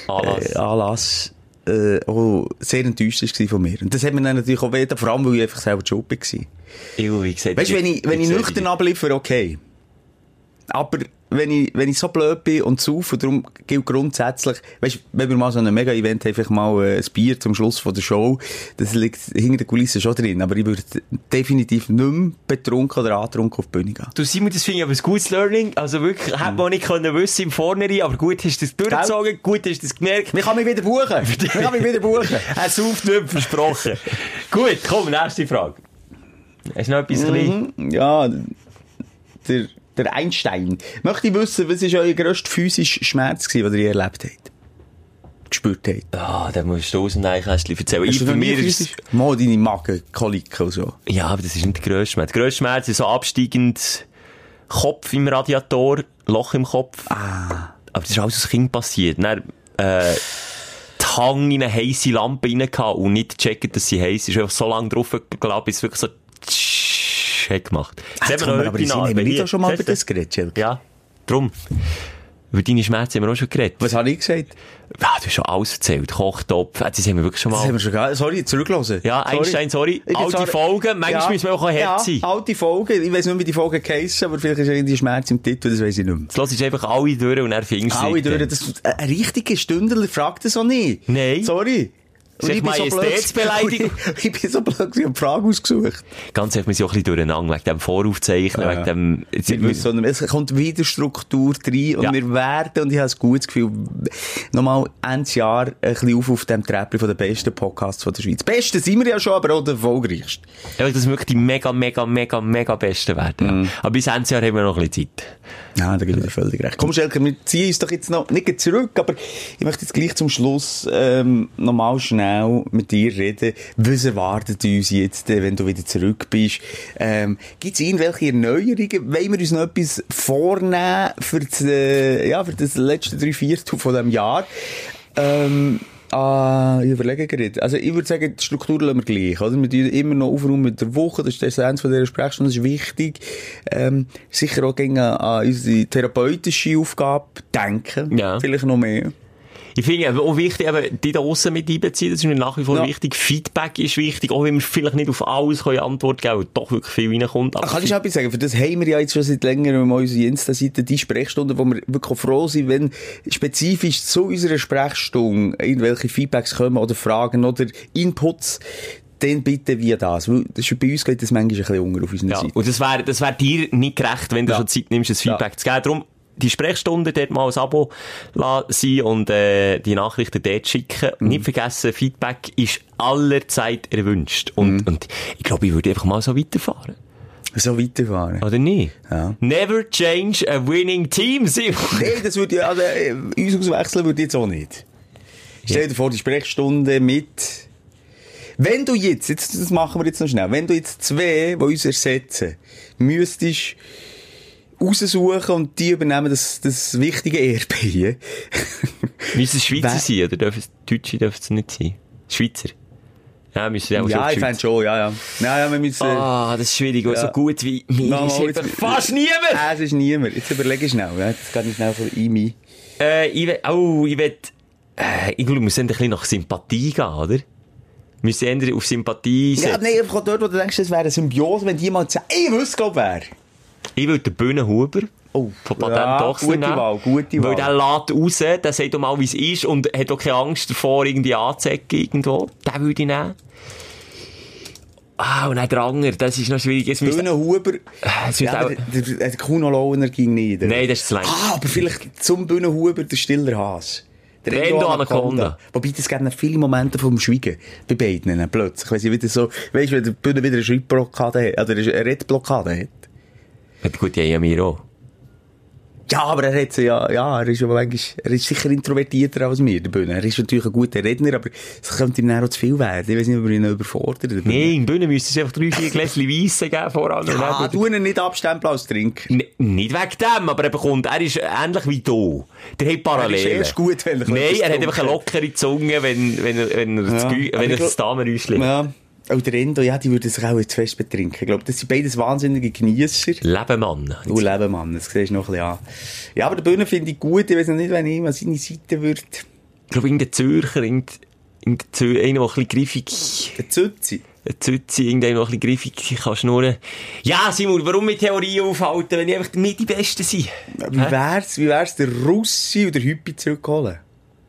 Anlass. äh, Anlass äh, oh, sehr enttäuscht war von mir. Und das hat mir dann natürlich auch weh, getan, vor allem, weil ich einfach selber Job war. Ew, wie gesagt, Weißt du, wenn ich, wenn ich gesagt, nüchtern abliefere, okay. Aber wenn ich, wenn ich so blöd bin und saufe, darum gilt grundsätzlich, weißt du, wenn wir mal so ein Mega-Event haben, vielleicht mal äh, ein Bier zum Schluss von der Show, das liegt hinter den Kulissen schon drin, aber ich würde definitiv nicht mehr betrunken oder angetrunken auf die Bühne gehen. Du Simon, das finde ich aber ein gutes Learning. Also wirklich, hätte Mhm. man auch nicht können wissen im Vornherein, aber gut hast du das durchgezogen, gut hast du das gemerkt. Man kann mich wieder buchen! Man kann mich wieder buchen! Er sauft nicht mehr, versprochen. gut, komm, nächste Frage. Hast du noch etwas nou klein? Mhm. Ja, der, der Einstein. Möchte ich wissen, was war euer grösster physischer Schmerz, gewesen, den ihr erlebt habt? gespürt hat. Ah, dann musst du aus dem Neinkästchen erzählen. Ich, bei mir ist es- Mal deine Magenkolik und so. Ja, aber das ist nicht der grösste Schmerz. Der grösste Schmerz ist so absteigend Kopf im Radiator, Loch im Kopf. Aber das ist alles als Kind passiert. Dann, äh, die Hang in eine heisse Lampe rein gehabt und nicht checken, dass sie heiß ist. Einfach so lange drauf gelaufen, bis es wirklich so tsch- hat gemacht. Jetzt Jetzt haben wir kommen noch wir aber jede in den Sinn. Narbe. Haben wir nicht Hier, auch schon mal siehst über du? das geredet, Schelke? Ja, drum. Über deine Schmerzen haben wir auch schon geredet. Was habe ich gesagt? Ja, du hast schon alles erzählt. Kochtopf. Äh, Das haben wir wirklich schon Das mal. haben wir schon gar Sorry, zurücklassen. Ja, Einstein, sorry. Ich bin Alte sorry. Folgen. Manchmal müssen wir auch hart ja, sein. alte Folgen. Ich weiß nicht, wie die Folgen heissen, aber vielleicht ist irgendwie Schmerz im Titel, das weiß ich nicht mehr. Jetzt hörst du einfach alle durch und dann findest du Alle dich dann. durch, das, ein ein richtiger Stündler fragt das auch nicht. Nein. Sorry. Sag mal, Majestätsbeleidigung. Ich, ich bin so blöd, gewesen, ich habe die Frage ausgesucht. Ganz ehrlich, wir sind auch ein bisschen durcheinander, wegen dem Voraufzeichnen, Ja. wegen dem... Jetzt- Wir müssen, sondern es kommt wieder Struktur rein und Ja. wir werden, und ich habe ein gutes Gefühl, nochmal ein Jahr ein bisschen auf auf dem Treppchen von den besten Podcasts von der Schweiz. Beste sind wir ja schon, aber auch der erfolgreichste. Ja, das wirklich die mega, mega, mega, mega Besten werden. Ja. Mhm. Aber bis Ende Jahr haben wir noch ein bisschen Zeit. Ja, da gebe ich dir völlig recht. Komm, Schelke, wir ziehen uns doch jetzt noch nicht gleich zurück, aber ich möchte jetzt gleich zum Schluss ähm, nochmal schnell mit dir reden. Was erwartet uns jetzt, äh, wenn du wieder zurück bist? Ähm, Gibt es irgendwelche Erneuerungen? Wollen wir uns noch etwas vornehmen für das, äh, ja, für das letzte drei Viertel von diesem Jahr? Ähm, Ah, ich überlege gerade. Also, ich würde sagen, die Struktur lassen wir gleich, oder? Wir tun immer noch aufräumen mit der Woche, das ist der Essenz von dieser Sprechstunde, das ist wichtig. Ähm, sicher auch gegen an unsere therapeutische Aufgabe denken. Ja. Vielleicht noch mehr. Ich finde aber auch wichtig, eben, die da aussen mit einbeziehen, das ist mir nach wie vor Ja. wichtig. Feedback ist wichtig, auch wenn wir vielleicht nicht auf alles können Antwort geben können, weil doch wirklich viel reinkommt. Aber Ah, Kann ich etwas sagen? Für das haben wir ja jetzt schon seit längerem auf unserer Insta-Seite die Sprechstunde, wo wir wirklich auch froh sind, wenn spezifisch zu unserer Sprechstunde irgendwelche Feedbacks kommen oder Fragen oder Inputs, dann bitte wir das. Weil das ist bei uns geht das manchmal ein bisschen unter auf unserer Ja, Seite. und das wäre das wär dir nicht gerecht, wenn du Ja. schon Zeit nimmst, das Feedback Ja. zu geben. Darum, die Sprechstunde dort mal ein Abo la- sein und äh, die Nachrichten dort schicken. Mhm. Nicht vergessen, Feedback ist allerzeit erwünscht. Und, Mhm. und ich glaube, ich würde einfach mal so weiterfahren. So weiterfahren. Oder nicht? Ja. Never change a winning team, Simon. Nein, das würde ja, also, äh, uns auswechseln würde ich jetzt auch nicht. Stell dir vor, die Sprechstunde mit. Wenn du jetzt, jetzt, das machen wir jetzt noch schnell, wenn du jetzt zwei, die uns ersetzen, müsstest raussuchen und die übernehmen das, das wichtige Erbe hier. Müssen es Schweizer Wer- sein oder dürfen es Deutsche dürfen es nicht sein? Schweizer. Ja, müssen ja auch ja, schon ich Schweizer- fände schon, ja, ja. Ja, ja, wir müssen... Ah, das ist schwierig, weil Ja. so gut wie mir Nochmal, ist jetzt- einfach fast niemand. Äh, Es ist niemand. Jetzt überlege ich schnell. Ja. Jetzt geht ich schnell von Imi. Äh, ich will, oh, ich will, äh, ich glaube, wir müssen ein bisschen nach Sympathie gehen, oder? Wir müssen eher auf Sympathie Ja, setzen. aber nein, einfach auch dort, wo du denkst, das wäre eine Symbiose, wenn die mal sagt, ich wüsste, glaube wer. Ich will den Bühnenhuber. Oh, Von Patent ja, Dochsen gute nehmen, Wahl, gute Wahl. Weil der lässt raus, der sagt auch mal, wie es ist und hat auch keine Angst davor, irgendwie anzuecken irgendwo. Den würde ich nehmen. Ah, und dann der Anger, das ist noch schwierig. Jetzt müsste, Dönen Huber. es Ja, müsste aber auch- der, der, der Kuno Launer ging nicht. oder? Nein, das ist zu lang. Ah, aber vielleicht zum Bühne Huber der Stiller Haas. Der Endo Anaconda. Wobei, das gibt noch viele Momente vom Schweigen. Bei beiden, dann plötzlich. Wenn sie wieder so, weisst du, wenn der Bühne wieder eine Schreibblockade hat, oder eine Redblockade hat. hat gut, ja, mir auch. Ja, aber er hat sie ja, ja, er ist ja manchmal, er ist sicher introvertierter als wir, der Bühne. Er ist natürlich ein guter Redner, aber es könnte ihm dann auch zu viel werden. Ich weiß nicht, ob wir ihn noch überfordert. der Bühne. Nein, in Bühnen müsste es einfach drei, vier Gläschen Weisse geben, vor allem. Und Ah, dann- du ihn nicht abstempeln als Trinker. N nicht wegen dem, aber er bekommt, er ist ähnlich wie du. Der hat Parallelen. Er ist erst gut, wenn er Nein, etwas er hat trinkt. einfach eine lockere Zunge, wenn, wenn er, wenn er, das, Ja, Gü- aber wenn ich er das glaub- Damen einschlägt. Ja. oh, Auch der Endo, ja, die würden sich auch jetzt fest betrinken. Ich glaube, das sind beides wahnsinnige Genießer. Lebemann. Du Lebemann, das siehst du noch ein bisschen an. Ja, aber der Bühne finde ich gut. Ich weiß noch nicht, wenn ich mal seine Seite würde. Ich glaube, irgendein Zürcher, irgendein, irgendein Zür einer, der ein bisschen griffig, Der Zützi. ein Zützi, irgendeiner, der ein bisschen griffig kann schnurren. Ja, Simon, warum mit Theorien aufhalten, wenn ich einfach mit die Besten sind? Wie wär's, wie wär's, der Russi oder Hüppi zurückholen?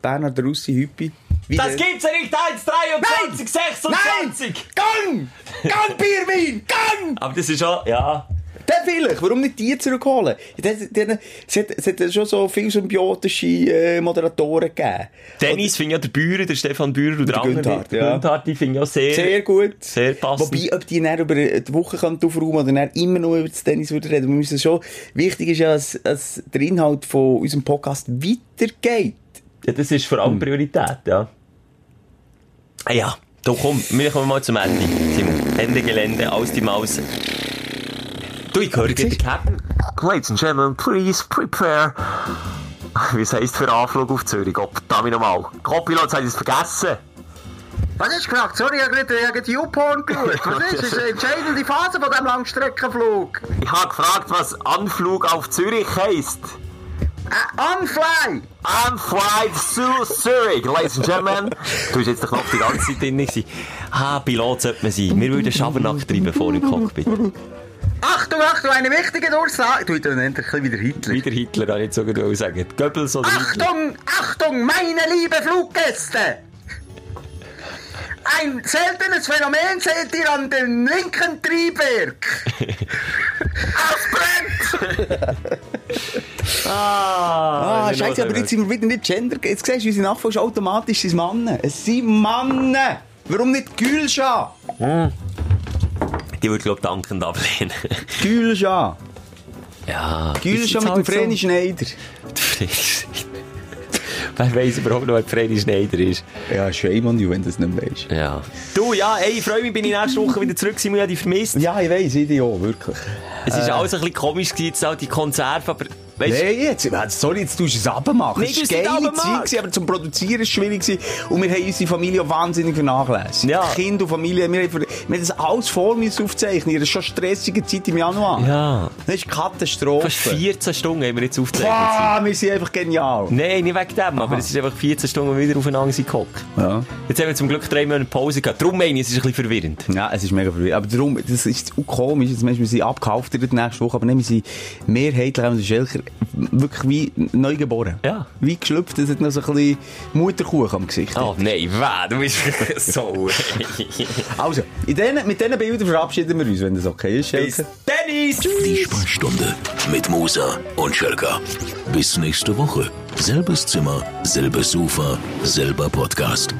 Bernhard der Russi, Hüppi. Wie Das der- gibt's ja nicht, 1, 23, 26! Nein! Gang! Gang, Bierwein! Gang! Aber das ist auch, ja. Den vielleicht, warum nicht die zurückholen? Den, den, es, hat, es hat schon so viele symbiotische äh, Moderatoren gegeben. Dennis finde ich ja der Bührer, der Stefan Bührer oder der andere. Günthardt, der ja. Günthardt, die finde ich auch sehr, Sehr gut. Sehr passend. Wobei, ob die dann über die Woche könnte aufräumen oder dann immer nur über das Tennis würde reden. Wir müssen schon, wichtig ist ja, dass, dass der Inhalt von unserem Podcast weitergeht. Ja, das ist vor allem Priorität, ja. Ah Hm. ja, da komm, wir kommen mal zum Ende. Simon, Ende Gelände, aus die Maus. Du, ich höre den Captain. Ladies and Gentlemen, please prepare. Wie es heisst für Anflug auf Zürich? Gottverdammt nochmal. Copilot, hat es vergessen. Was ist gefragt? Sorry, ich habe gerade- ich habe gerade YouPorn geschaut. Was ist? Das ist eine entscheidende Phase von diesem Langstreckenflug. Ich habe gefragt, was Anflug auf Zürich heisst. On fly! Anflight zu Zürich, ladies and gentlemen. Du hast jetzt den Knopf die ganze Sie drin gewesen. Ah, Pilot sollte man sein. Wir würden Schabernack treiben vor im Cockpit. Achtung, Achtung, eine wichtige Durchsage. Du, dann nennt er ein bisschen wieder Hitler. Wieder Hitler, habe ich jetzt sogar sagen. Goebbels oder Ah! Hitler? Achtung, Achtung, meine lieben Fluggäste! Ein seltenes Phänomen seht ihr an dem linken Triebwerk. Ah, Ah, wenn wir scheiße, noch- aber jetzt sind wir wieder nicht Gender. Jetzt siehst du, unsere Nachfolger sind automatisch sind Männer. Es sind Männer! Warum nicht Gülscha? Die würde, glaube ich, dankend ablehnen. Gülscha! Ja. ist Gülscha jetzt mit dem halt so. Vreni Schneider. Wer weiss überhaupt noch, wer Freddy Schneider ist? Ja, shame on you, wenn du das nicht weißt. Ja. Du, ja, ey, ich freue mich, bin ich nächste Woche wieder zurück. Simon hat dich vermisst. Ja, äh. ich weiss, ich auch, wirklich. Es ist alles ein bisschen komisch gewesen, jetzt auch die Konserve, aber weißt Nein, jetzt, sorry, jetzt tust du es abmachen. Nein, es du war hast es eine geile nicht Zeit, runtergemacht. gewesen, aber zum Produzieren war es schwierig. gewesen. Und wir haben unsere Familie auch wahnsinnig vernachlässigt. Ja. Kind und Familie, wir haben, ver- wir haben das alles vor uns aufzeichnen. In einer schon stressigen Zeit im Januar. Ja. Das ist Katastrophe. fast 14 Stunden haben wir jetzt aufgezeichnet. Wow, wir sind einfach genial. Nein, nicht wegen dem, aber es ist einfach 14 Stunden wieder aufeinander gehockt. Ja. Jetzt haben wir zum Glück drei Monate Pause gehabt. Darum meine ich, es ist ein bisschen verwirrend. Ja, es ist mega verwirrend. Aber darum, das ist auch komisch. Jetzt Menschen, wir sind abgekauft in der nächsten Woche, aber nein, wir sind mehrheitlich haben wir den Schelker wirklich wie neu geboren. Ja. Wie geschlüpft, es hat noch so ein bisschen Mutterkuchen am Gesicht. Oh nein, weh, du bist wirklich so. Also, in diesen- mit diesen Bildern verabschieden wir uns, wenn das okay ist, Schelker. Dennis! Die Sprechstunde mit Musa und Schelka. Bis nächste Woche. Selbes Zimmer, selbes Sofa, selber Podcast.